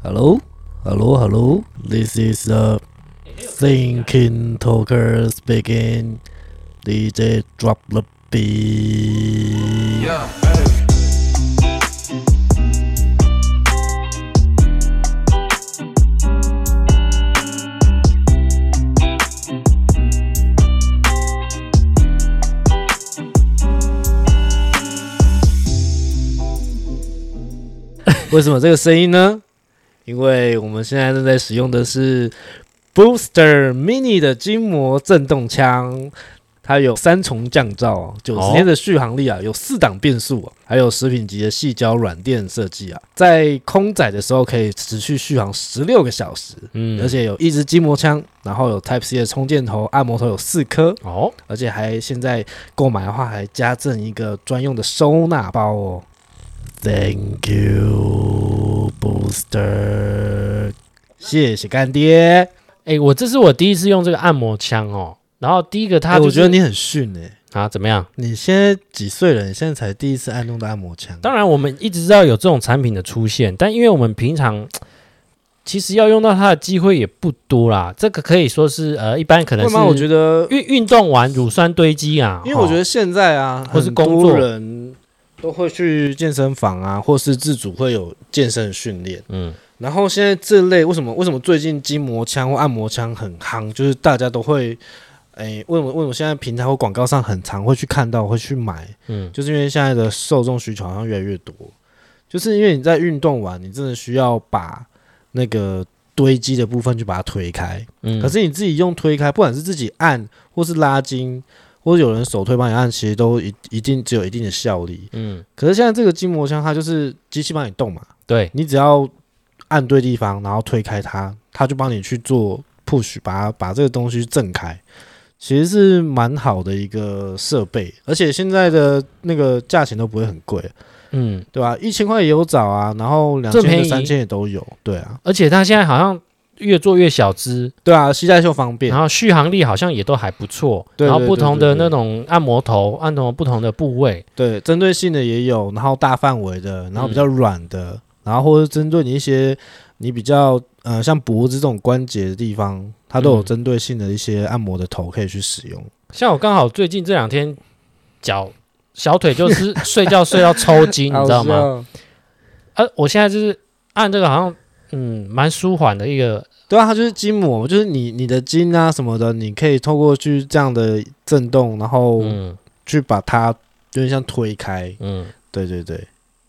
Hello, hello, hello. This is the thinking talker speaking. DJ drop the beat. Yeah, 为什么这个声音呢？因为我们现在正在使用的是 Booster Mini 的筋膜震动枪，它有三重降噪，九十天的续航力啊，有四档变速、啊，还有食品级的细胶软垫设计啊，在空载的时候可以持续续航十六个小时，嗯而且有一支筋膜枪，然后有 Type C 的充电头，按摩头有四颗，哦，而且还现在购买的话还加赠一个专用的收纳包哦。Thank you, Booster，谢谢干爹。哎、我这是我第一次用这个按摩枪哦。然后第一个他、它、就是哎我觉得你很逊哎、啊怎么样？你现在几岁了？你现在才第一次按用到按摩枪，当然我们一直知道有这种产品的出现，但因为我们平常其实要用到它的机会也不多啦。这个可以说是呃，一般可能为是嘛？我觉得，运运动完乳酸堆积啊，因为我觉哦得现在啊，或是很多工作人都会去健身房啊，或是自主会有健身训练。嗯然后现在这类为什么为什么最近筋膜枪或按摩枪很夯？就是大家都会，哎，为什么为什么现在平台或广告上很常会去看到会去买？嗯就是因为现在的受众需求好像越来越多，就是因为你在运动完，你真的需要把那个堆积的部分去把它推开。嗯，可是你自己用推开，不管是自己按或是拉筋，或者有人手推帮你按，其实都一一定只有一定的效力。嗯可是现在这个筋膜枪，它就是机器帮你动嘛。对你只要按对地方，然后推开它，它就帮你去做 push，把它把这个东西震开，其实是蛮好的一个设备，而且现在的那个价钱都不会很贵，嗯，对吧、一千块也有找啊，然后两这千、便宜三千也都有，对啊，而且它现在好像越做越小只，对啊，膝盖秀方便然，后续航力好像也都还不错，对然后对不对同对的对那种按摩头，按摩不同的部位，对，针对性的也有，然后大范围的，然后比较软的，然后或者针对你一些你比较呃像脖子这种关节的地方，它都有嗯针对性的一些按摩的头可以去使用。像我刚好最近这两天脚小腿就是 睡觉睡到抽筋，啊你知道吗？？呃，我现在就是按这个好像嗯蛮舒缓的一个，对啊，它就是筋膜，就是你你的筋啊什么的，你可以透过去这样的震动，然后嗯去把它有点像推开。嗯对对对，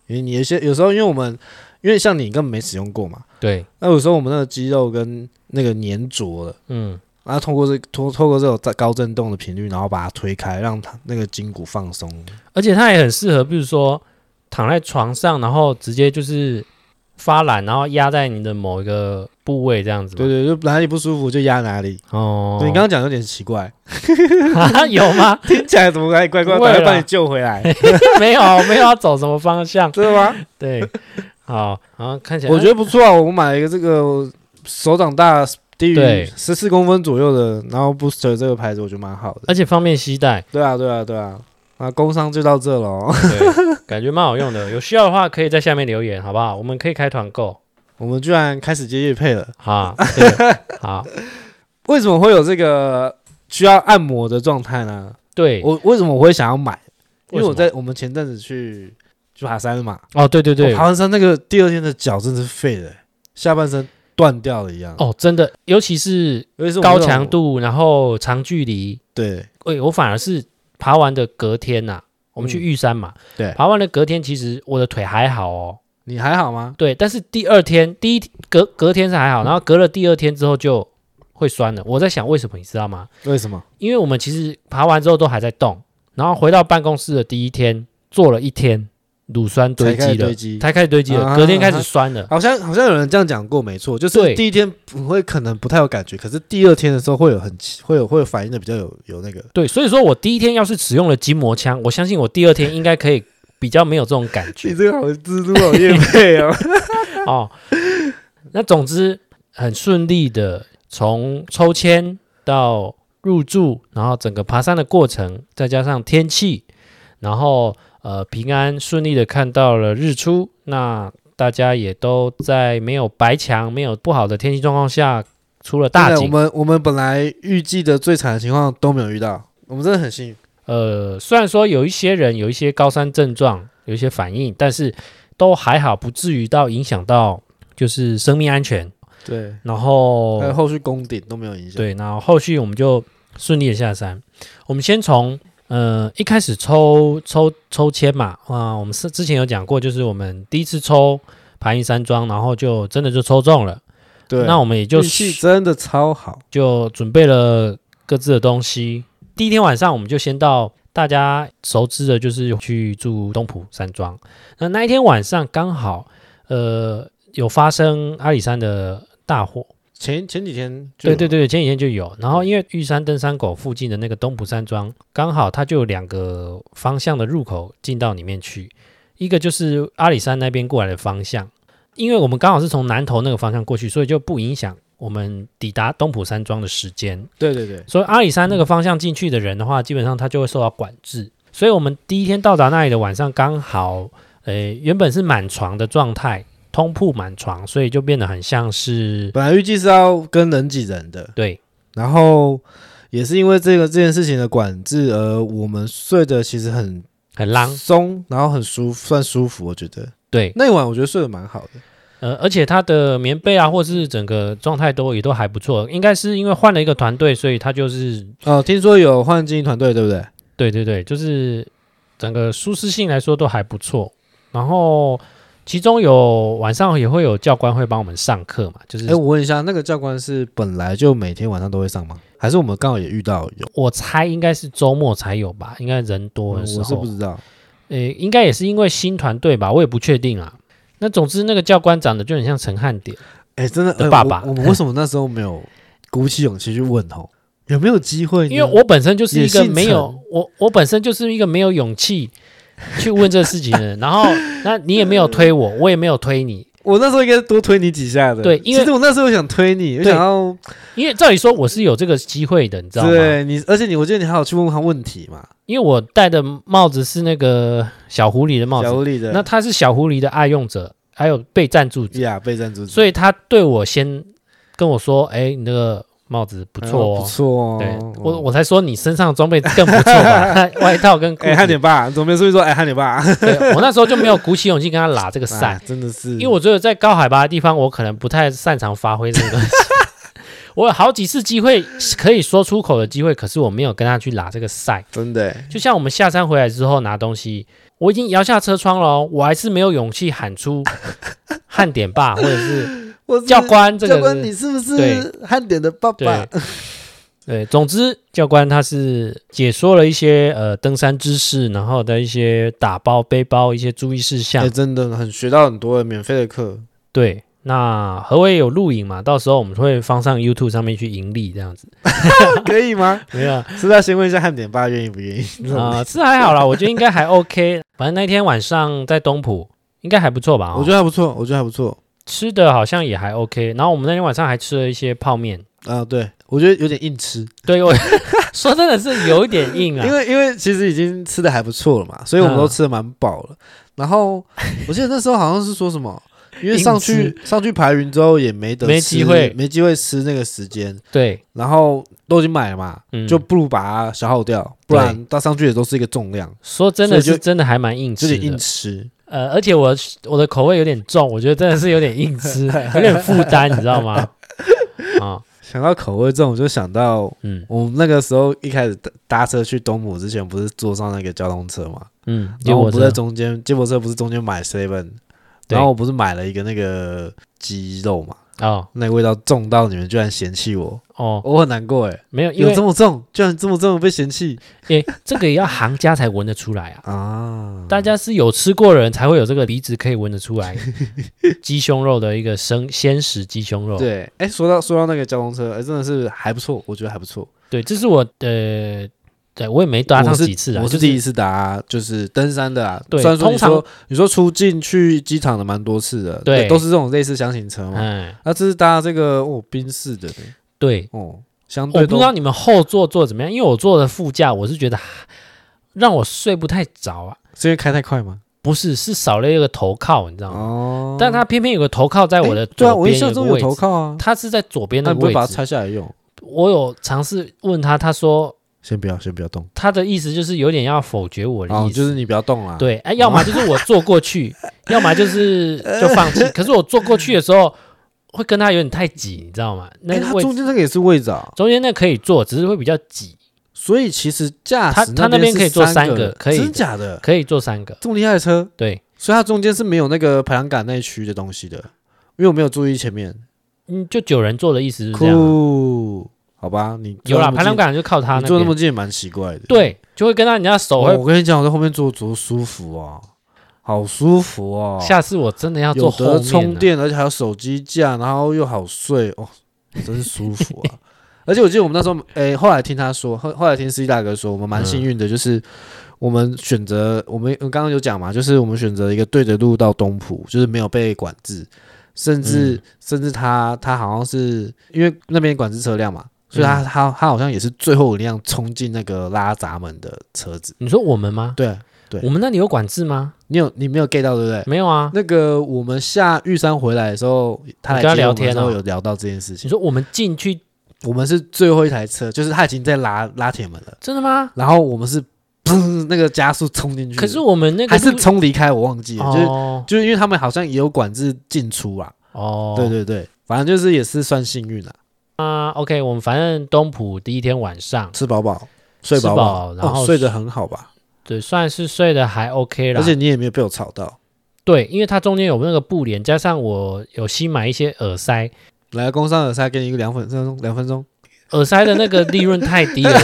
因为你有些有时候，因为我们因为像你根本没使用过嘛，对那有时候我们那个肌肉跟那个粘着了，嗯然后通过这通透过这种高振动的频率，然后把它推开，让它那个筋骨放松。而且它也很适合，比如说躺在床上，然后直接就是发懒，然后压在你的某一个部位这样子嘛。对对，就哪里不舒服就压哪里。哦，对你刚刚讲有点奇怪， 刚 有吗？听起来怎么还怪怪不会的？啦要把你救回来，没有，没有要走什么方向。真的吗？对，好，然后看起来我觉得不错啊，我买了一个这个手掌大低于对十四公分左右的，然后 Booster 这个牌子我觉得蛮好的。而且方便携带，对啊，对啊，对啊，啊，工商就到这喽。对，感觉蛮好用的。有需要的话可以在下面留言，好不好？我们可以开团购 我们居然开始接夜配了，啊。对好，为什么会有这个需要按摩的状态呢？对，我为什么我会想要买？因为我为什么在我们前阵子去去爬山了嘛，哦，对对对我，爬完山那个第二天的脚真是废了、下半身断掉了一样。哦，真的，尤其是尤其是我们高这种强，度，然后长距离，对喂，我反而是爬完的隔天呐、我们去嗯玉山嘛，对爬完的隔天，其实我的腿还好哦，你还好吗？对，但是第二天，第一隔隔天是还好，然后隔了第二天之后就会酸了。我在想为什么，你知道吗？为什么？因为我们其实爬完之后都还在动，然后回到办公室的第一天做了一天，乳酸堆才开积始了堆，积，才开始堆积了，啊隔天开始酸了。好像好像有人这样讲过，没错，就是对第一天不会可能不太有感觉，可是第二天的时候会有很奇会有会有反应的比较有有 那个，对，所以说我第一天要是使用了筋膜枪，我相信我第二天应该可以比较没有这种感觉。这个好蜘蛛好夜配 哦。 哦，那总之很顺利的从抽签到入住，然后整个爬山的过程，再加上天气，然后呃平安顺利的看到了日出，那大家也都在没有白墙、没有不好的天气状况下出了大真的我景。们我们本来预计的最惨的情况都没有遇到，我们真的很幸运。呃，虽然说有一些人有一些高山症状，有一些反应，但是都还好，不至于到影响到就是生命安全。对，然后还有后续攻顶都没有影响。，对，然后后续我们就顺利的下山。我们先从呃一开始抽抽抽签嘛，啊、我们是之前有讲过，就是我们第一次抽盘印山庄，然后就真的就抽中了。对，那我们也就运气真的超好。就准备了各自的东西。第一天晚上，我们就先到大家熟知的，就是去住东浦山庄。那那一天晚上刚好，呃，有发生阿里山的大火，前前几天就对对对，对，前几天就有。然后因为玉山登山口附近的那个东浦山庄，刚好它就有两个方向的入口进到里面去，一个就是阿里山那边过来的方向，因为我们刚好是从南头那个方向过去，所以就不影响我们抵达东浦山庄的时间。对对对，所以阿里山那个方向进去的人的话，基本上他就会受到管制。所以我们第一天到达那里的晚上，刚好，呃，原本是满床的状态，通铺满床，所以就变得很像是本来预计是要跟人挤人的，对然后也是因为这个这件事情的管制，而我们睡得其实很很浪，松，然后很舒服，算舒服，我觉得对，那一晚我觉得睡得蛮好的。呃，而且他的棉被啊，或是整个状态都也都还不错，应该是因为换了一个团队，所以他就是哦，听说有换经营团队，对不对？对对对，就是整个舒适性来说都还不错。然后其中有晚上也会有教官会帮我们上课嘛，就是哎、我问一下，那个教官是本来就每天晚上都会上吗？还是我们刚好也遇到有？我猜应该是周末才有吧，应该人多嗯我的时是哦候。不知道。呃，应该也是因为新团队吧，我也不确定啊。那总之，那个教官长得就很像陈汉典，哎、真的，的哎爸爸我我们为什么那时候没有鼓起勇气去问哦？有没有机会呢？因为我本身就是一也个姓没有我，我本身就是一个没有勇气去问这事情 的人。然后，那你也没有推我，我也没有推你，我那时候应该多推你几下的。对因为其实我那时候想推你，我对想要因为照理说我是有这个机会的，你知道吗？对你，而且你，我记得你还有去问他问题嘛，因为我戴的帽子是那个小狐狸的帽小子，狐狸的那他是小狐狸的爱用者，还有被赞助者。呀被赞助者，所以他对我先跟我说：“哎、你那个帽子不不错不哦。错哦。对嗯我，我才说你身上的装备更不错 吧，外套跟裤哎汉子。典爸，你怎么没说一说？哎汉典爸， 对我那时候就没有鼓起勇气跟他拉这个伞哎，真的是，因为我觉得在高海拔的地方，我可能不太擅长发挥这个东 西。我有好几次机会可以说出口的机会，可是我没有跟他去拉这个赛。真的哎就像我们下山回来之后拿东西，我已经摇下车窗了哦，我还是没有勇气 喊出汉典爸或者是我是教官这 个教官，是你是不对是汉典的爸爸对？对，总之教官他是解说了一些呃登山知识，然后的一些打包背包一些注意事项。哎，真的很学到很多的免费的课，对，那何为有录影嘛？到时候我们会放上 YouTube 上面去盈利这样 子。 可以吗？没有啊、是不是要先问一下汉典爸愿意不愿意？是还好啦，我觉得应该还 OK。反 正那天晚上在东浦应该还不错吧、哦？ 我觉得还不错，我觉得还不错。吃的好像也还 OK。然后我们那天晚上还吃了一些泡 面。啊，对，我觉得有点硬吃，对我 说真的是有一点硬啊因，为因为其实已经吃的还不错了嘛，所以我们都吃的蛮饱了。然后我记得那时候好像是说什么， 因为上去上去排云之后也没得没吃机会没机会吃那个时间，对，然后都已经买了嘛，嗯，就不如把它消耗掉，不然它上去也都是一个重量，说真所的以是就真的还蛮硬有吃的，点硬吃。呃，而且我我的口味有点重，我觉得真的是有点 硬吃，有点负担，你知道吗？啊、想到口味重，我就想到嗯我们那个时候一开始搭搭车去东埔之前，不是坐上那个交通车嘛？嗯，然结后我果不是在是中间接驳车，不是中间买 seven，对然后我不是买了一个那个鸡肉嘛？哦那个味道重到你们居然嫌弃我，哦，我很难过哎，没有，因有为这么重，居然这么重被嫌弃诶、这个也要行家才闻得出来啊，啊！大家是有吃过的人才会有这个鼻子可以闻得出 来鸡胸肉的一个生鲜食鸡胸肉。对，哎，说到说到那个交通车，哎，真的是还不错，我觉得还不错。对，这是我呃，对我也没搭上我是几次啊，我就是第一次搭，就是登山的啊。对虽然说通你常说你说出境去机场的蛮多次的，对都是这种类似箱型车嘛。哎，那这是搭这个哦宾士的对，哦，相我对不都知道你们后座坐怎么样，因为我坐的副驾，我是觉得让我睡不太着啊。是因为开太快吗？不是，是少了一个头靠，你知道吗？哦，但它偏偏有个头靠在我的诶对啊，左我印边有象个中有位置，投靠啊，它是在左边那的你不位会把它置。拆下来用？我有尝试问他，他说先不要，先不要动。他的意思就是有点要否决我的哦意，思，就是你不要动啦。，对，哎、要么就是我坐过 去，要么就是就放弃。可是我坐过去的时候，会跟他有点太挤，你知道吗？那哎，个它位中间那个也是位置啊，中间那可以坐，只是会比较挤，所以其实驾驶它它那边是可以坐三三个可以真假的可以坐三个。这么厉害的车，对，所以它中间是没有那个排挡杆那一区的东西的，因为我没有注意前面。嗯，就九人坐的意思是这样啊。酷，好吧，你有坐那么啦，近排挡，杆就靠他你那坐那么边，近也蛮奇怪的。对，就会跟他人家手哦，会。我跟你讲，我在后面坐多舒服啊，好舒服哦。下次我真的要坐有后得面啊充了，电，而且还有手机架，然后又好睡哦，真舒服啊！ 而且我记得我们那时候，诶、后来听他说，后后来听 C 大哥说，我们蛮嗯幸运的，就是我们选择我们我刚刚有讲嘛，就是我们选择一个对的路到东浦，就是没有被管制，甚至、嗯甚至他他好像是因为那边管制车辆嘛，所以嗯他、他他好像也是最后一辆冲进那个拉闸门的车子。你说我们吗？对对我们那里有管制吗？你有你没有 get 到对不对？没有啊。那个我们下玉山回来的时候，他来你跟他接我们聊的天时哦候有聊到这件事你情。说我们进去我们是最后一台车，就是他已经在拉拉铁门了，真的吗？然后我们是砰那个加速冲进去的，可是我们那个还是路冲离开，我忘记了，就是哦就是因为他们好像也有管制进出啊，哦，对对对，反正就是也是算幸运啦，啊，OK，我们反正东浦第一天晚上，吃饱饱，睡饱吃饱然后哦睡得很好吧，对，算是睡得还 OK 啦。而且你也没有被我吵到，对，因为它中间有那个布帘，加上我有新买一些耳塞，来工商耳塞给你一个两分钟，两分钟，耳塞的那个利润太低 了，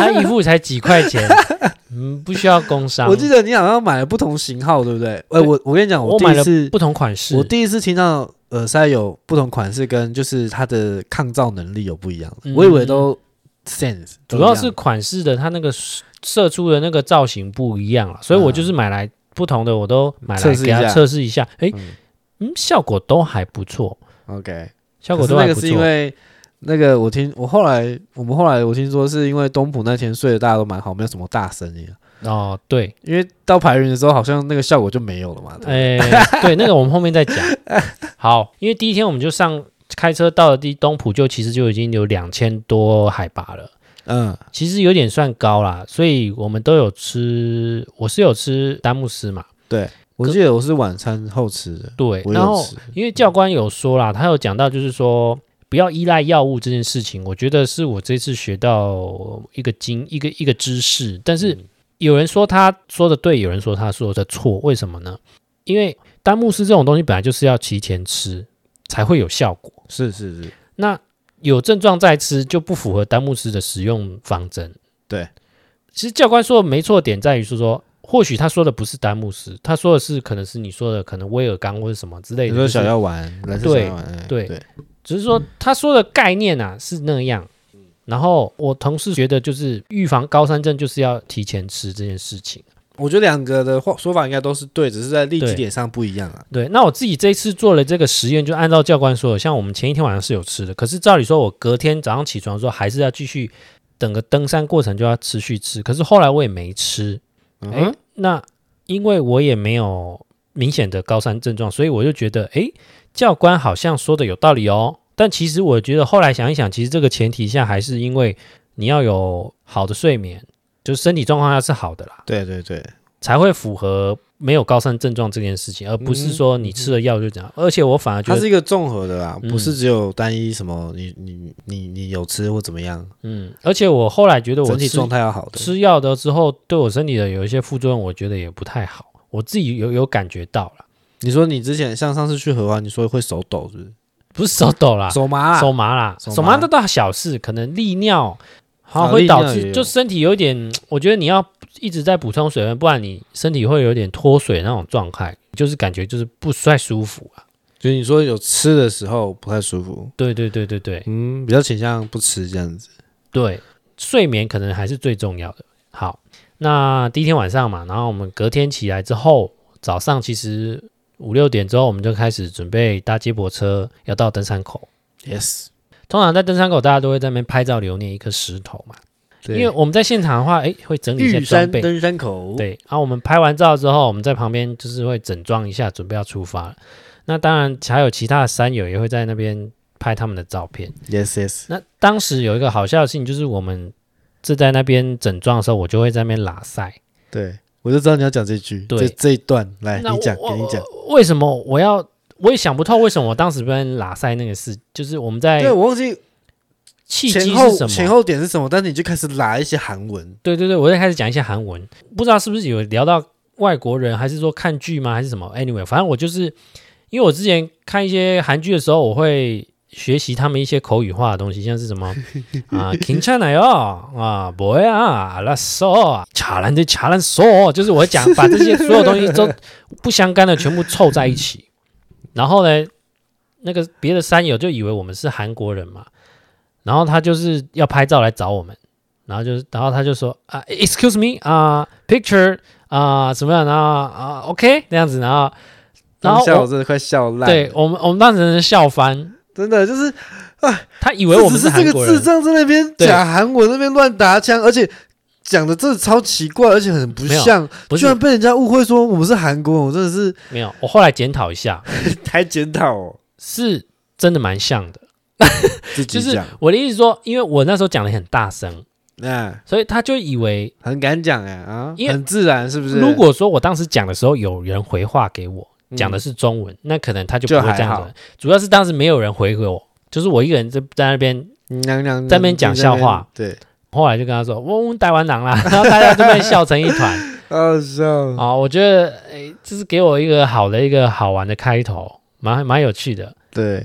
它一副才几块钱，嗯，不需要工伤。我记得你好像买了不同型号，对不对？哎，我我跟你讲，我第买一了次不同款式，我第一次听到耳塞有不同款式跟就是它的抗噪能力有不一样的，嗯我以为都 sense，主要都一是样款式的它那个射出的那个造型不一样了，所以我就是买来不同的，我都买嗯测来试一给它下测试一下，诶，嗯嗯，效果都还不错， OK。效果可是都那还个不是因错。为那个我听我后来我们后来我听说是因为东浦那天睡得大家都蛮好，没有什么大声音啊，哦，对，因为到排云的时候好像那个效果就没有了嘛。对不对哎、对，那个我们后面再讲。好，因为第一天我们就上开车到了第东浦，就其实就已经有两千多海拔了，嗯，其实有点算高啦，所以我们都有吃，我是有吃丹木斯嘛，我记得我是晚餐后吃的，对，我然有后吃。因为教官有说啦，他有讲到就是说。不要依赖药物这件事情，我觉得是我这次学到一个经一个一个知识，但是嗯有人说他说的对，有人说他说的错，为什么呢？因为丹木斯这种东西本来就是要提前吃才会有效果，是是是，那有症状再吃就不符合丹木斯的使用方针。对，其实教官说的没错，点在于是说，或许他说的不是丹木斯，他说的是可能是你说的可能威尔刚或者什么之类你的，说就是小药丸，蓝色小对药丸，哎对只是说他说的概念啊是那样。然后我同事觉得就是预防高山症就是要提前吃这件事情。我觉得两个的话说法应该都是对，只是在立基对点上不一样啊。对，那我自己这一次做了这个实验，就按照教官说的，像我们前一天晚上是有吃的，可是照理说，我隔天早上起床的时候还是要继续整个登山过程就要持续吃，可是后来我也没吃，嗯哎、哼，那因为我也没有明显的高山症状，所以我就觉得，哎，教官好像说的有道理哦。但其实我觉得后来想一想，其实这个前提下还是因为你要有好的睡眠，就是身体状况要是好的啦。对对对，才会符合没有高山症状这件事情，而不是说你吃了药就这样。而且我反而觉嗯它是得，一个综合的啦，嗯不是只有单一什么你你你你有吃或怎么样，嗯，而且我后来觉得我整体吃状态要好的。吃药的之后，对我身体的有一些副作用，我觉得也不太好，我自己有有感觉到了，你说你之前像上次去合欢，你说会手抖是不是？不是手抖啦，手麻啦，啊啊手麻啦，手麻手麻那倒小事，可能利尿。好，啊会导利尿也致有就身体有一点，我觉得你要一直在补充水分，不然你身体会有点脱水那种状态，就是感觉就是不太舒服啊。就是你说有吃的时候不太舒服，对对对对对，嗯，比较倾向不吃这样子。对，睡眠可能还是最重要的。好，那第一天晚上嘛，然后我们隔天起来之后，早上其实五六点之后，我们就开始准备搭接驳车，要到登山口。 Yes，通常在登山口，大家都会在那边拍照留念一颗石头嘛。对，因为我们在现场的话，哎，会整理一下玉山装备。登山口，对，然后我们拍完照之后，我们在旁边就是会整装一下，准备要出发了。那当然，还有其他的山友也会在那边拍他们的照片。 ，yes yes，那当时有一个好笑的事情，就是我们是在那边整装的时候，我就会在那边拉塞。对我就知道你要讲这句，对这这一段来那你讲，我给你讲。。我为什么我要？我也想不透为什么我当时不能拉塞那个事，就是我们在对，我忘记哎契前机后是什前么？后点是什么，但是你就开始拉一些韩文，对对对，我在开始讲一些韩文，不知道是不是有聊到外国人，还是说看剧吗，还是什么？Anyway，反正我就是因为我之前看一些韩剧的时候，我会学习他们一些口语化的东西，像是什么啊，괜찮아요啊，뭐야알았어잘한데잘했어，就是我讲把这些所有东西都不相干的全部凑在一起，然后呢，那个别的山友就以为我们是韩国人嘛，然后他就是要拍照来找我们，然后就是，然后他就说啊，excuse me 啊，picture 啊，怎么样？然后啊，OK 那样子，然后。然当后下我我真的快笑烂。对，我们，我们当时人笑翻，真的就是他以以为我们只是韩这国个人智。障在那边对讲韩文，那边乱打枪，而且讲的真的超奇怪，而且很不没有像，不居是然被人家误会说我们是韩国人，我真的 是没有，我后来检讨一下，太检讨哦是真的蛮像的。自己就是讲，我的意思说，因为我那时候讲的很大声，那所以他就以为，啊很敢讲哎啊，因为很自然是不是？如果说我当时讲的时候有人回话给我，嗯讲的是中文，那可能他就就不会还这样好子。主要是当时没有人回给我，就是我一个人在在那边，娘娘在那边讲笑话，对，后来就跟他说：“我我台湾人啦。” 然后大家就被笑成一团。好笑，啊、我觉得诶，这是给我一个好的一个好玩的开头，蛮蛮有趣的。对。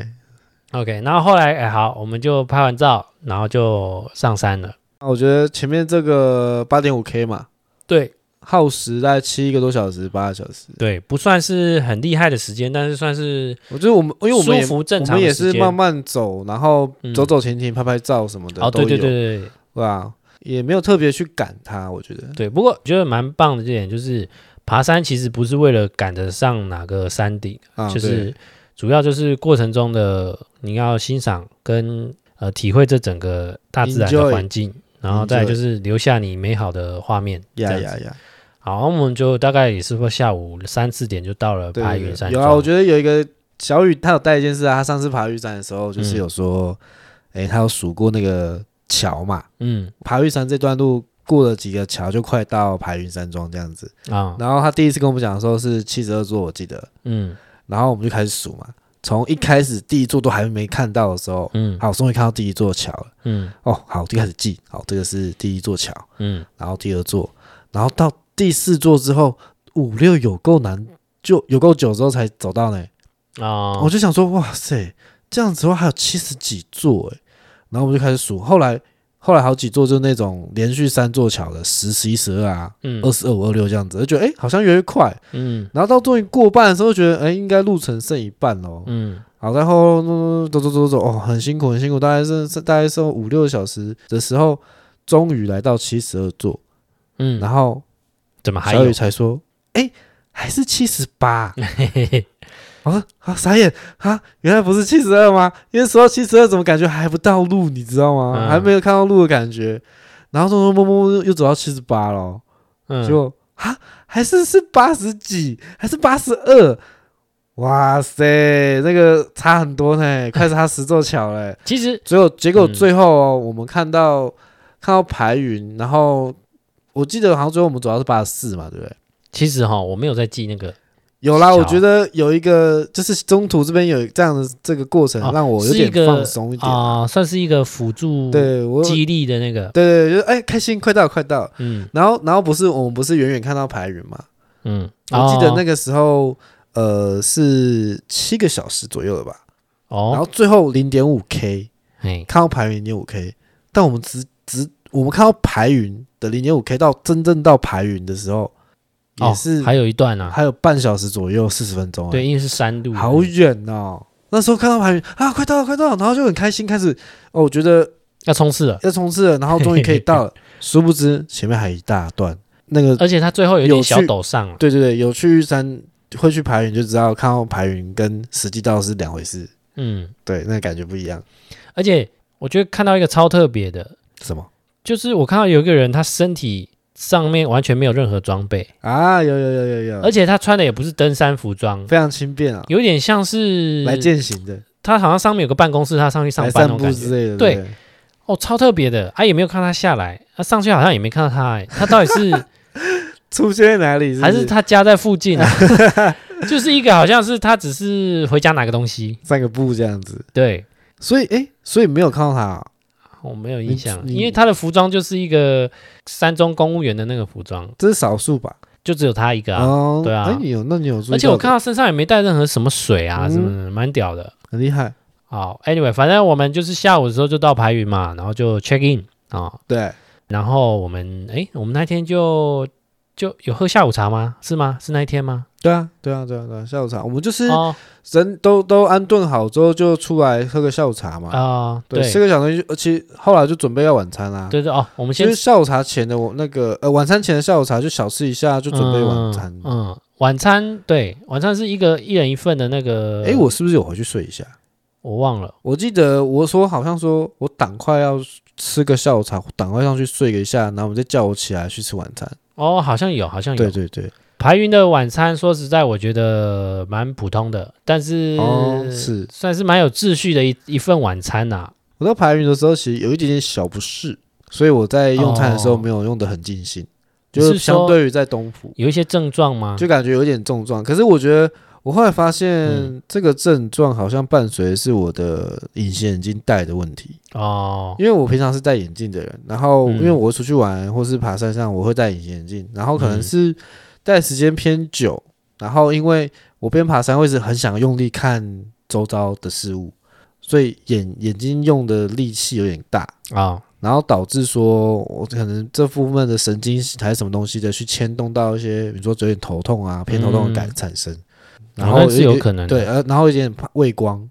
OK，然后后来哎好，我们就拍完照，然后就上山了。那啊我觉得前面这个八点五 K 嘛，对耗时大概七个多小时，八个小时。对，不算是很厉害的时间，但是算是我觉得我们，因为我们也舒服正我常们的也时是间。慢慢走，然后嗯走走停停、拍拍照什么的，哦，对对对，对对对对吧？也没有特别去赶它，我觉得。对，不过我觉得蛮棒的这点就是，爬山其实不是为了赶得上哪个山顶，啊，就是主要就是过程中的你要欣赏跟呃体会这整个大自然的 Enjoy 环境，然后再来就是留下你美好的画面。对呀这样呀子呀，好，我们就大概也是说下午三四点就到了对爬对云山对有啊，我庄。觉得有一个小雨，他有带一件事啊，他上次爬玉山的时候，就是有说，哎、他有数过那个桥嘛，嗯爬玉山这段路过了几个桥，就快到排云山庄这样子。啊然后他第一次跟我们讲的时候是七十二座，我记得，嗯然后我们就开始数嘛，从一开始第一座都还没看到的时候，嗯好，终于看到第一座桥了。嗯哦，好，就开始记，好，这个是第一座桥，嗯，然后第二座，然后到第四座之后，五六有够难，就有够久之后才走到呢。啊我，就想说，哇塞，这样子的话还有七十几座哎，然后我们就开始数，后来后来好几座就是那种连续三座桥的，十、十一、十二啊，嗯二十二、五二六这样子，就觉得哎、诶好像越来越快，嗯然后到终于过半的时候，觉得哎、诶应该路程剩一半喽，嗯好，然后走走走走，哦，很辛苦很辛苦，大概是是大概是五六个小时的时候，终于来到七十二座，嗯，然后怎么还小有雨？才说，哎、还是七十 八。我说啊，傻眼啊！原来不是七十二吗？因为说到七十二，怎么感觉还不到路，你知道吗？嗯还没有看到路的感觉。然后偷偷摸摸又又走到七十八了，嗯结果啊，还是是八十几，还是八十二？哇塞，那个差很多 呢，快差十座桥嘞！其实结果结果嗯最后、哦我们看到看到排云，然后我记得好像最后我们走到是八十四嘛，对不对？其实哈，我没有在记那个，有啦，小我觉得有一个就是中途这边有这样的这个过程哦，让我有是一点个放松一点。啊，算是一个辅助对我，对激励的那个，对对，就是哎，开心，快到了，快到了。嗯然后，然后不是我们不是远远看到排云嘛？嗯，我记得那个个时候，呃，是七个小时左右了吧？然哦，后最后零点五 K 哎，看到排云零点五 K，但我们只只我们看到排云的零点五 K 到真正到排云的时候，也哦是，还有一段啊，还有半小时左右，四十分钟。对，因为是山路，好远哦。那时候看到排云啊，快到了，快到了，然后就很开心，开始哦，我觉得要冲刺了，要冲刺了，然后终于可以到 了。殊不知前面还一大段，那个而且它最后有点有小趣陡上了，对对对，有去玉山会去排云就知道，看到排云跟实际到是两回事，嗯，对，那个感觉不一样。而且我觉得看到一个超特别的，什么？就是我看到有一个人，他身体上面完全没有任何装备，啊，有有有有有，而且他穿的也不是登山服装，非常轻便啊，有点像是来践行的，他好像上面有个办公室，他上去上来散班那种步感觉。之类的，对对不对，哦，超特别的，啊，也没有看他下来，啊，上去好像也没看到他、哎，他到底 是出现在哪里？还是是不是他家在附 近啊？就是一个好像是他只是回家拿个东西，散个步这样子？对所以哎，所以没有看到他啊，我没有你印象，你因为他的服装就是一个山中公务员的那个服装，这是少数吧？就只有他一个啊，哦，对啊哎，你有那你有注意到的，而且我看到身上也没带任何什么水啊嗯什么的，蛮屌的。很厉害，好，anyway，反正我们就是下午的时候就到排云嘛，然后就 check in 啊、对，然后我们诶，我们那天就就有喝下午茶吗？是吗？是那一天吗？对啊，对啊，对啊，对啊，下午茶，我们就是哦人都都安顿好之后就出来喝个下午茶啊、嘛，对，对吃个小东西，而且后来就准备要晚餐啦，对对哦，我们其先实下午茶前的我那个呃晚餐前的下午茶就小吃一下，就准备晚餐。哎、嗯，嗯晚餐对，晚餐是一个一人一份的那个。我是不是有回去睡一下？我忘了，我记得我说好像说我赶快要吃个下午茶，赶快上去睡一下，然后我们再叫我起来去吃晚餐。哦，好像有，好像有。对对对，排云的晚餐，说实在，我觉得蛮普通的，但是、哦是算是蛮有秩序的一一份晚餐啊呐、我到排云的时候其实有一点点小不适，所以我在用餐的时候哦没有用的很尽兴，就你是是相说嗯对于在东埔有一些症状吗？就感觉有点症状。可是我觉得我后来发现嗯这个症状好像伴随的是我的隐形眼镜戴的问题。哦，因为我平常是戴眼镜的人，然后嗯因为我出去玩或是爬山上，我会戴隐形眼镜，然后可嗯能是戴时间偏久，然后因为我边爬山会是很想用力看周遭的事物，所以眼眼睛用的力气有点大，哦，然后导致说我可能这部分的神经还是什么东西的去牵动到一些，比如说有点头痛啊、偏头痛的感嗯产生，然然后后哦是有可能的对，，呃，然后有点怕畏光，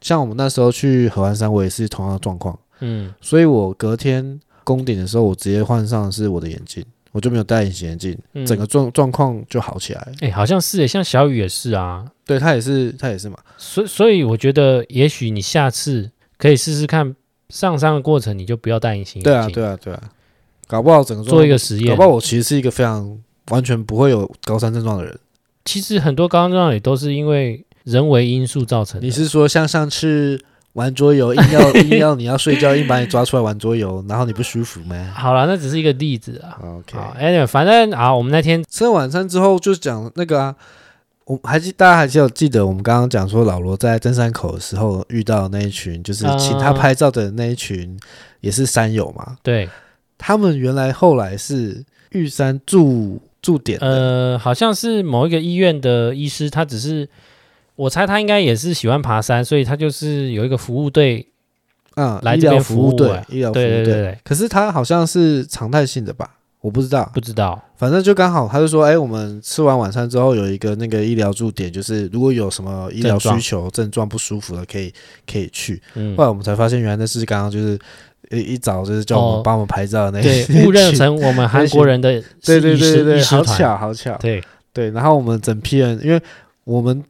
像我们那时候去合欢山，我也是同样的状况。嗯，所以我隔天攻顶的时候，我直接换上的是我的眼镜，我就没有戴隐形眼镜，嗯整个状状况就好起来了。哎、好像是耶，像小雨也是啊，对他也是，他也是嘛，所所以我觉得，也许你下次可以试试看上山的过程，你就不要戴隐形眼镜，对啊，对啊，对啊，搞不好整个状做一个实搞验不。好我其实是一个非常完全不会有高山症状的人。其实很多高山症状也都是因为人为因素造成的。你是说像上次玩桌游，硬 要硬要你要睡觉，硬把你抓出来玩桌游，然后你不舒服吗好了，那只是一个例子啊。 ？OK，好，Anyway，反正啊，我们那天吃完晚餐之后就讲那个啊，我还记大家还记得记得我们刚刚讲说老罗在登山口的时候遇到那一群，就是嗯请他拍照的那一群，也是山友嘛。对，他们原来后来是玉山驻驻点的，呃，好像是某一个医院的医师，他只是我猜他应该也是喜欢爬山，所以他就是有一个服务队，嗯，来医这疗边服服务队啊，医疗服务对队。对对对，可是他好像是常态性的吧，我不知道。不知道，反正就刚好，他就说，哎、我们吃完晚餐之后有一个那个医疗驻点，就是如果有什么医疗症状需求、症状不舒服的，可以可以去。嗯后，来我们才发现，原来那是刚刚就是呃一一早就是叫我们哦帮我们拍照的那一对，误认群成我们韩国人的对是对对对医师医对，师好团，巧好巧，对，对。然后我们整批人，因为我们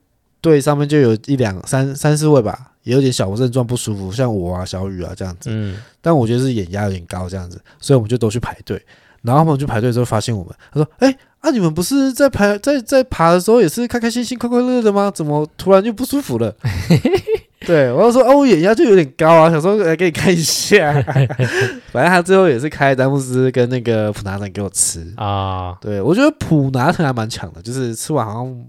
队上面就有一两三三四位吧，也有点小症状不舒服，像我啊、小雨啊这样子。嗯，但我觉得是眼压有点高这样子，所以我们就都去排队。然后他们去排队之后发现我们，他说：“哎、啊，你们不是在排在在爬的时候也是开开心心、快快乐乐的吗？怎么突然就不舒服了？” 对，我就说：“哦，我眼压就有点高啊，想说来给你看一下。”反正他最后也是开丹木斯跟那个普拿藤给我吃。啊，对我觉得普拿藤还蛮强的，就是吃完好像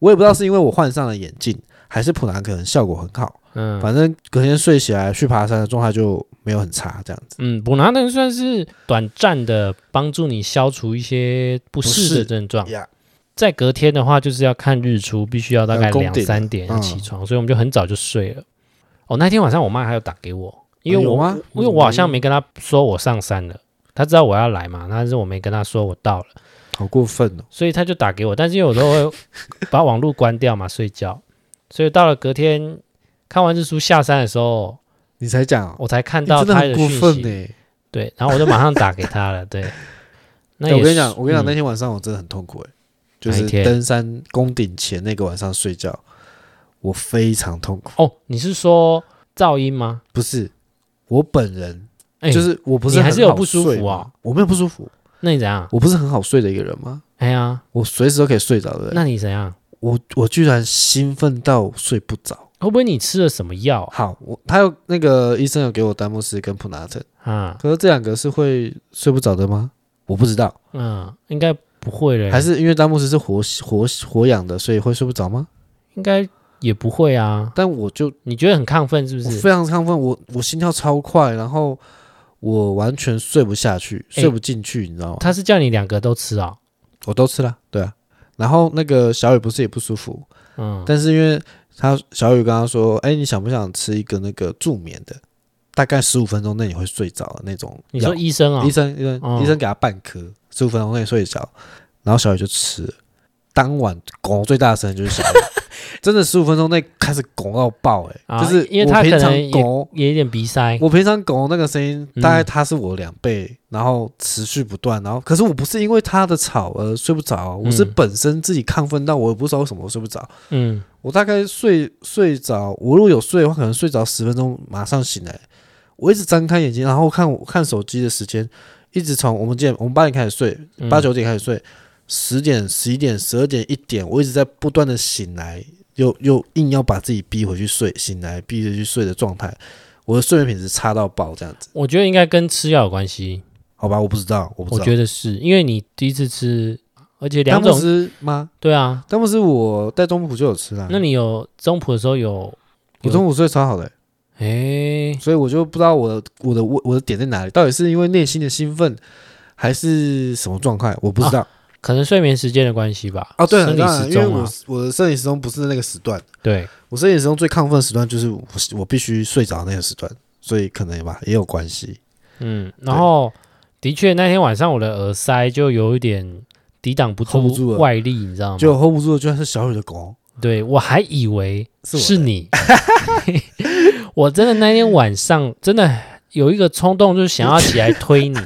我也不知道是因为我换上了眼镜，还是普拿藤可能效果很好。嗯反正隔天睡起来去爬山的状态就没有很差，这样子。嗯，补拿能算是短暂的帮助你消除一些不适适的症状。呀在隔天的话，就是要看日出，必须要大概要攻两顶了三点要嗯起床，所以我们就很早就睡了。哦，那天晚上我妈还有打给我，因为啊有我、吗因为我好像没跟她说我上山了，她知道我要来嘛，但是我没跟她说我到了，好过分哦！所以她就打给我，但是因为我都会把网络关掉嘛，睡觉，所以到了隔天看完日出下山的时候，你才讲、哦，我才看你到真的她很过讯分欸息，呢、对，然后我就马上打给她 了，对。那哎也我跟你是讲，我跟你讲，嗯那天晚上我真的很痛苦哎、就哪一是天登山攻顶前那个晚上睡觉，我非常痛苦。哦，你是说噪音吗？不是我本人哎就是我不是你还是有很好不舒服睡嘛哦？我没有不舒服，那你怎样？我不是很好睡的一个人吗？哎呀，我随时都可以睡着的人。那你怎样？我我居然兴奋到睡不着。会不会你吃了什么药啊好，我他有那个医生有给我丹莫斯跟普拿疼，啊？可是这两个是会睡不着的吗？我不知道，嗯，应该不会嘞，还是因为丹莫斯是活活活养的，所以会睡不着吗？应该也不会啊。但我就你觉得很亢奋是不我是？非常亢奋，我我心跳超快，然后我完全睡不下去，哎睡不进去，你知道吗？他是叫你两个都吃哦。我都吃了，对啊。然后那个小雨不是也不舒服，嗯，但是因为他小雨跟他说：“哎、你想不想吃一个那个助眠的，大概十五分钟内你会睡着的那种你药？”说医生啊医，生医生、哦医生给他半颗，十五分钟内睡着，然后小雨就吃了。当晚拱最大声的就是小 雨，真的十五分钟内开始拱到爆、欸，啊就是因为我他平可常能拱。也有哎点鼻塞。我平常拱那个声音，嗯大概它是我两倍，然后持续不断，然后可是我不是因为它的吵而睡不着，啊我是嗯本身自己亢奋到我也不知道为什么我睡不着，嗯，我大概睡睡着，我如果有睡的话，可能睡着十分钟，马上醒来。我一直张开眼睛，然后看我看手机的时间，一直从我们几点，我们八点开始睡，嗯八九点开始睡，十、点、十一点、十二点、一点，我一直在不断的醒来，又又硬要把自己逼回去睡，醒来逼着去睡的状态，我的睡眠品质差到爆，这样子，我觉得应该跟吃药有关系。好吧，我不知道，我不知我道。觉得是因为你第一次吃，而且丹两姆种斯吗？对啊。丹姆斯我在中埔就有吃啦，那你有中普的时候有我中午睡超好的、哎所以我就不知道我的我的我我的点在哪里，到底是因为内心的兴奋，还是什么状态？我不知道。可能睡眠时间的关系吧。哦，啊对了，生理当然，时因为钟我啊，我的生理时钟不是那个时段，对，我生理时钟最亢奋的时段就是我我必须睡着那个时段，所以可能吧也有关系。嗯，然后的确那天晚上我的耳塞就有一点抵挡不 hold 不住住了外力，你知道吗？就 hold 不住的，居然是小雨的狗，对我还以为是我是你， 我真的那天晚上真的有一个冲动，就是想要起来 推你，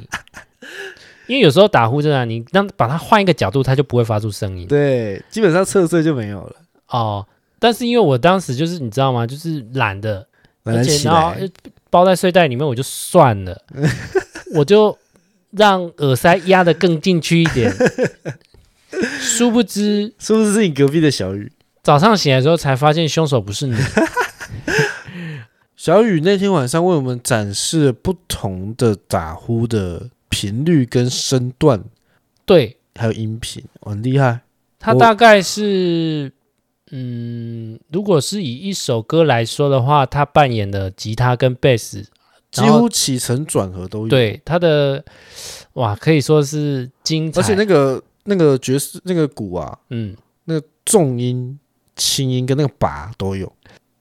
因为有时候打呼真的啊、你让把它换一个角度，它就不会发出声音。对，基本上侧睡就没有了，哦，但是因为我当时就是你知道吗？就是懒得，本而来且起然后来，呃包在睡袋里面，我就算 了，我就让耳塞压得更进去一 点。殊不知是不是是你隔壁的小雨？早上醒来之后才发现凶手不是你。小雨那天晚上为我们展示了不同的打呼的频率跟声段，对还有音频，哦很厉害。他我大概是，嗯，如果是以一首歌来说的话，他扮演的吉他跟贝斯，几然后乎起承转合都有。，对他的哇，可以说是精彩。而且那个那个爵士那个鼓啊，嗯，重音、轻音跟那个拔都有，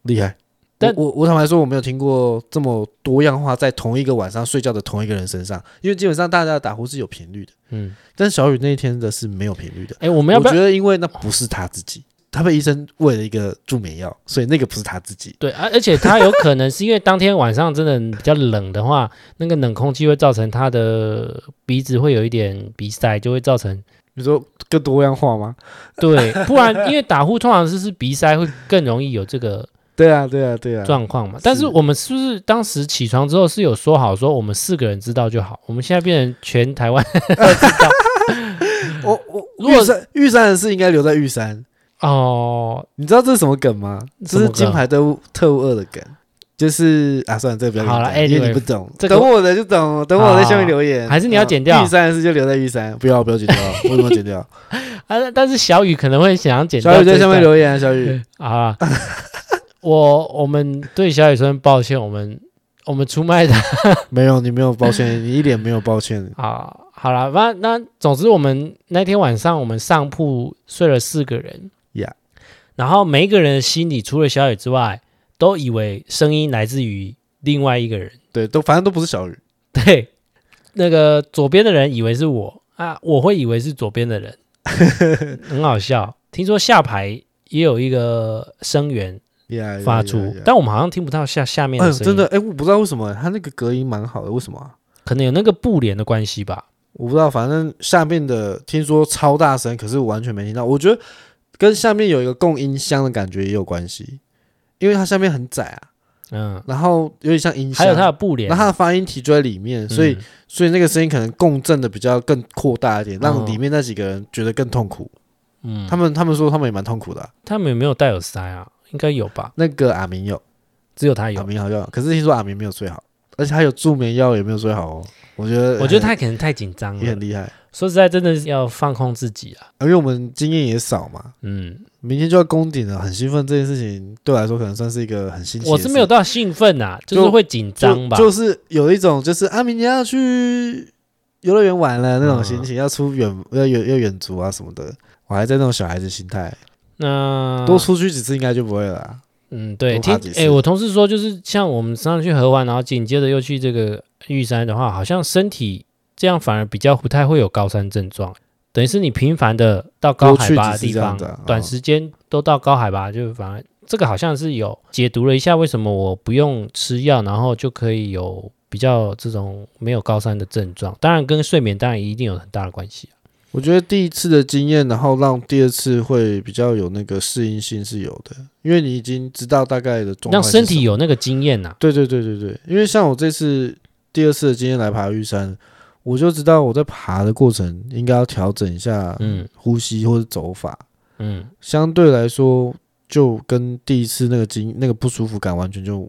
厉害。但我我我坦白说，我没有听过这么多样化在同一个晚上睡觉的同一个人身上，因为基本上大家的打呼是有频率的，嗯，但是小雨那一天的是没有频率的。哎，我我们要不要觉？得因为那不是他自己，他被医生喂了一个助眠药，所以那个不是他自己。对，而、啊而且它有可能是因为当天晚上真的比较冷的话，那个冷空气会造成他的鼻子会有一点鼻塞，就会造成你说更多样化吗？对，不然因为打呼通常是是鼻塞会更容易有这个对啊，对啊，对啊。状况嘛。但是是我们是不是当时起床之后是有说好说我们四个人知道就好？我们现在变成全台 湾都知道我我如果玉山玉山的事应该留在玉山，哦，你知道这是什么梗吗？什这么是梗《金牌特务特务二》的梗，就是啊，算了，这个不要好了了，因为 anyway，你不懂，这个等我的就懂，等我在下面留言，还是你要剪掉啊玉山的事就留在玉山，不要不要 剪掉，为什么要剪掉？啊，但是小雨可能会想要剪掉小雨在这下面段留言啊，小雨，啊， 我我们对小雨说声抱歉，我们我们出卖他。 没有，你没有抱歉，你一脸没有抱歉，啊，好了，那那总之我们那天晚上我们上铺睡了四个人 Yeah 然后每一个人的心里除了小雨之外，都以为声音来自于另外一个人。对，都反正都不是小雨， 对，那个左边的人以为是我啊，我会以为是左边 的人，很好笑。听说下排也有一个声源哎呀，发出 yeah, yeah, yeah 但我们好像听不到下下面哎的呦声真音，的，哎，我不知道为什么他那个隔音蛮好的，为什么啊？可能有那个布帘的关系吧。我不知道，反正下面的听说超大声，可是我完全没听到。我觉得跟下面有一个共音箱的感觉也有关系，因为它下面很窄啊，嗯，然后有点像音箱，还有它的布帘，然后它的发音体就在里面，所以嗯所以那个声音可能共振的比较更扩大一点，让哦里面那几个人觉得更痛苦。嗯，他们他们说他们也蛮痛苦的啊、他们有没有戴耳塞啊？应该有吧，那个阿明有，只有他阿有。明好像，可是听说阿明没有睡好，而且他有助眠药也没有睡好哦。我觉得我觉很得他可能太紧张也了很。厉害，说实在，真的是要放空自己啊。因为我们经验也少嘛。嗯，明天就要攻顶了，很兴奋。这件事情对我来说可能算是一个很新奇的事。我是没有到兴奋啊，就就是会紧张吧。就，就是有一种就是啊，明天要去游乐园玩了那种心情，要出远要远要远足啊什么的。我还在那种小孩子心态，那多出去几次应该就不会了啊。嗯，对，多爬听几次诶，我同事说，就是像我们上次去河湾，然后紧接着又去这个玉山的话，好像身体这样反而比较不太会有高山症状，等于是你频繁的到高多海去拔的几次地这样方，子啊短哦时间都到高海拔，就反而这个好像是有解读了一下，为什么我不用吃药，然后就可以有比较这种没有高山的症状，当然跟睡眠当然一定有很大的关系啊、我觉得第一次的经验，然后让第二次会比较有那个适应性是有的，因为你已经知道大概的状况让是什么。身体有那个经验啊呐、对对对对对，因为像我这次第二次的经验来爬玉山，我就知道我在爬的过程应该要调整一下嗯呼吸或者走法，嗯，相对来说就跟第一次那个经那个不舒服感完全就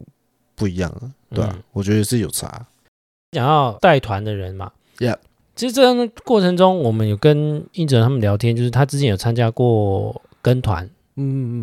不一样了，对啊，嗯我觉得是有差。想要带团的人嘛。 Yep 其实这样的过程中，我们有跟应哲他们聊天，就是他之前有参加过跟团，嗯嗯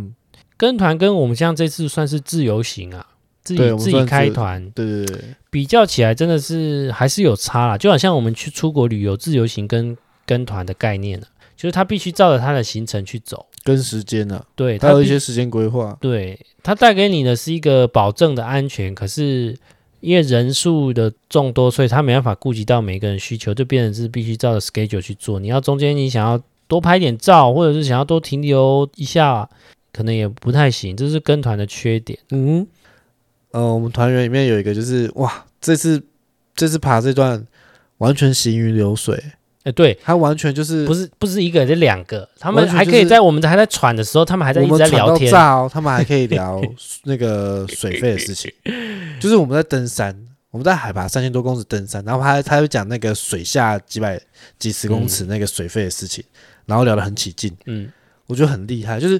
嗯，跟团跟我们像这次算是自由行啊，自对己我们自己算开自由团对对对，比较起来，真的是还是有差啦。就好像我们去出国旅游，自由行跟跟团的概念啊，就是他必须照着他的行程去走，跟时间啊，对它他有一必些时间规划。对，它带给你的是一个保证的安全，可是因为人数的众多，所以它没办法顾及到每个人需求，就变成是必须照着 schedule 去做。你要中间你想要多拍点照，或者是想要多停留一下，可能也不太行，这是跟团的缺点。嗯，呃，我们团员里面有一个就是哇，这次这次爬这段完全行云流水，哎，对，他完全就是不是不是一个，这两个，他们完全还就可以是在我们还在喘的时候，他们还在一我直们在传到聊天。炸哦，他们还可以 聊那个水费的事情，就是我们在登山，我们在海拔三千多公尺登山，然后他他会讲那个水下几百几十公尺那个水费的事情，然后聊得很起劲，嗯我觉得很厉害，就是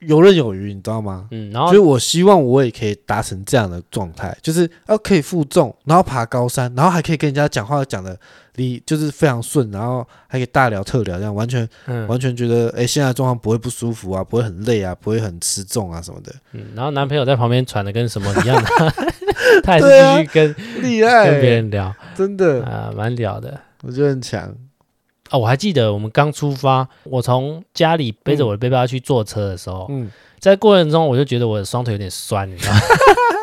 游刃有余，你知道吗？嗯，然所后以我希望我也可以达成这样的状态，就是要可以负重，然后爬高山，然后还可以跟人家讲话讲的你就是非常顺，然后还可以大聊特聊，这样完全嗯完全觉得，哎、现在的状况不会不舒服啊，不会很累啊，不会很吃重啊什么的，嗯，然后男朋友在旁边喘的跟什么一样的， 他还是对啊哎继续跟、厉跟别害，人聊真的，啊，蛮聊的。我觉得很强。哦，我还记得我们刚出发，我从家里背着我的背包去坐车的时候，嗯，在过程中我就觉得我的双腿有点酸，你知道吗？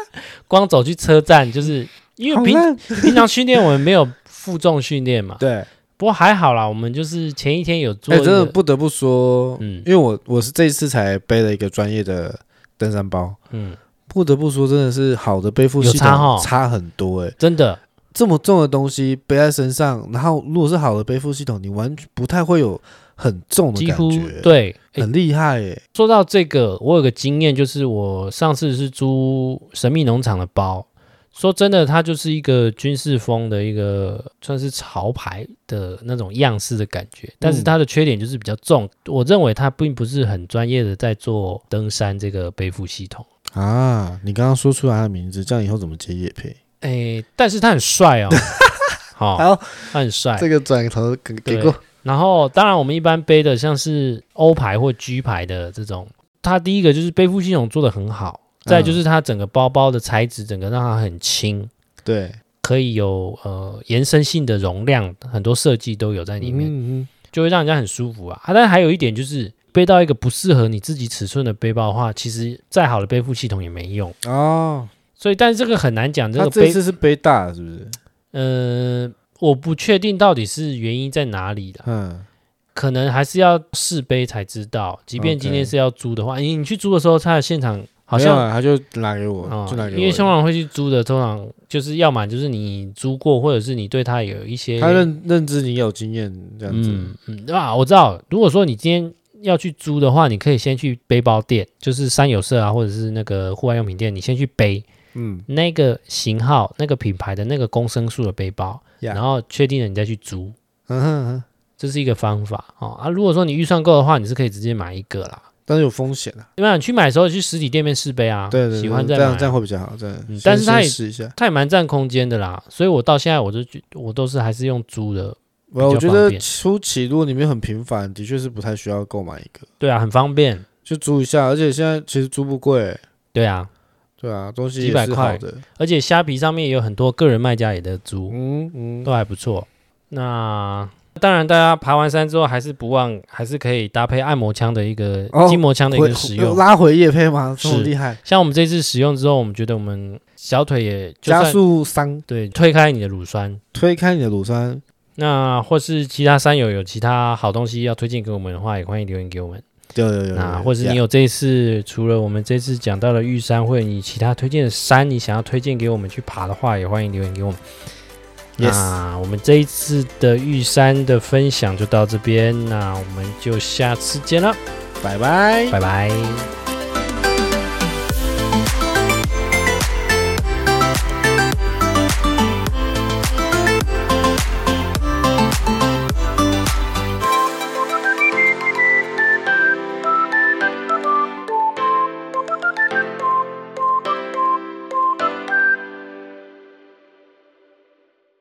光走去车站，就是因为好平烂平常训练我们没有负重训练嘛，对，哎、不过还好啦，我们就是前一天有做一真的个，不得不说，嗯因为我我是这一次才背了一个专业的登山包，嗯，不得不说真的是好的背负系有差哦统差很多、哎，真的，这么重的东西背在身上，然后如果是好的背负系统，你完全不太会有很重的几感乎觉，，对。诶很厉害、哎，说到这个，我有个经验，就是我上次是租神秘农场的包。说真的，它就是一个军事风的一个算是潮牌的那种样式的感觉，但是它的缺点就是比较重。我认为它并不是很专业的在做登山这个背负系统。啊，你刚刚说出来他的名字，这样以后怎么接叶配？诶，哎但是它很帅哦，好、好它很帅。这个转头给给哎对过。然后，当然我们一般背的像是 O 牌或 G 牌的这种，它第一个就是背负系统做得很好，再就是它整个包包的材质，整个让它很轻，对，可以有呃延伸性的容量，很多设计都有在里面，嗯就会让人家很舒服啊。啊，但还有一点就是背到一个不适合你自己尺寸的背包的话，其实再好的背负系统也没用。嗯哦，所以，但是这个很难讲，这他个这背一次是背大是不是？呃，我不确定到底是原因在哪里的。嗯，可能还是要试背才知道。即便今天 OK 是要租的话，你你去租的时候，它的现场好没有像啊他就拿给我，啊、就拿给我。因为通常会去租的，通常就是要么就是你租过，或者是你对它有一些他认认知你有经验这样子，嗯嗯啊，我知道。如果说你今天要去租的话，你可以先去背包店，就是山有社啊，或者是那个户外用品店，你先去背。嗯，那个型号、那个品牌的那个公升数的背包 Yeah 然后确定了你再去租，嗯哼嗯哼，这是一个方法哦啊。如果说你预算够的话，你是可以直接买一个啦。但是有风险啊。因为你去买的时候去实体店面试杯啊，对对，对喜欢这再样买这，样会比较好。对嗯，先但是它先也试一下。它也蛮占空间的啦。所以我到现在我就觉我都是还是用租的，我我比较觉方得便初期如果你没有很频繁，的确是不太需要购买一个，对啊，很方便，就租一下。而且现在其实租不贵，对啊。对啊，东西几也百是块好的。而且虾皮上面也有很多个人卖家也在租，嗯嗯，都还不错。那当然，大家爬完山之后还是不忘，还是可以搭配按摩枪的一个、哦筋膜枪的一回个使用。拉回叶配吗？这么是厉害，像我们这次使用之后，我们觉得我们小腿也就算加速三，对推开你的乳酸。推开你的乳酸。那或是其他山友有其他好东西要推荐给我们的话，也欢迎留言给我们。有有有有，那有啊或是你有这一次除了我们这次讲到的玉山，或者你其他推荐的山，你想要推荐给我们去爬的话，也欢迎留言给我们。 ，yes，那我们这一次的玉山的分享就到这边，那我们就下次见了，拜拜。拜拜。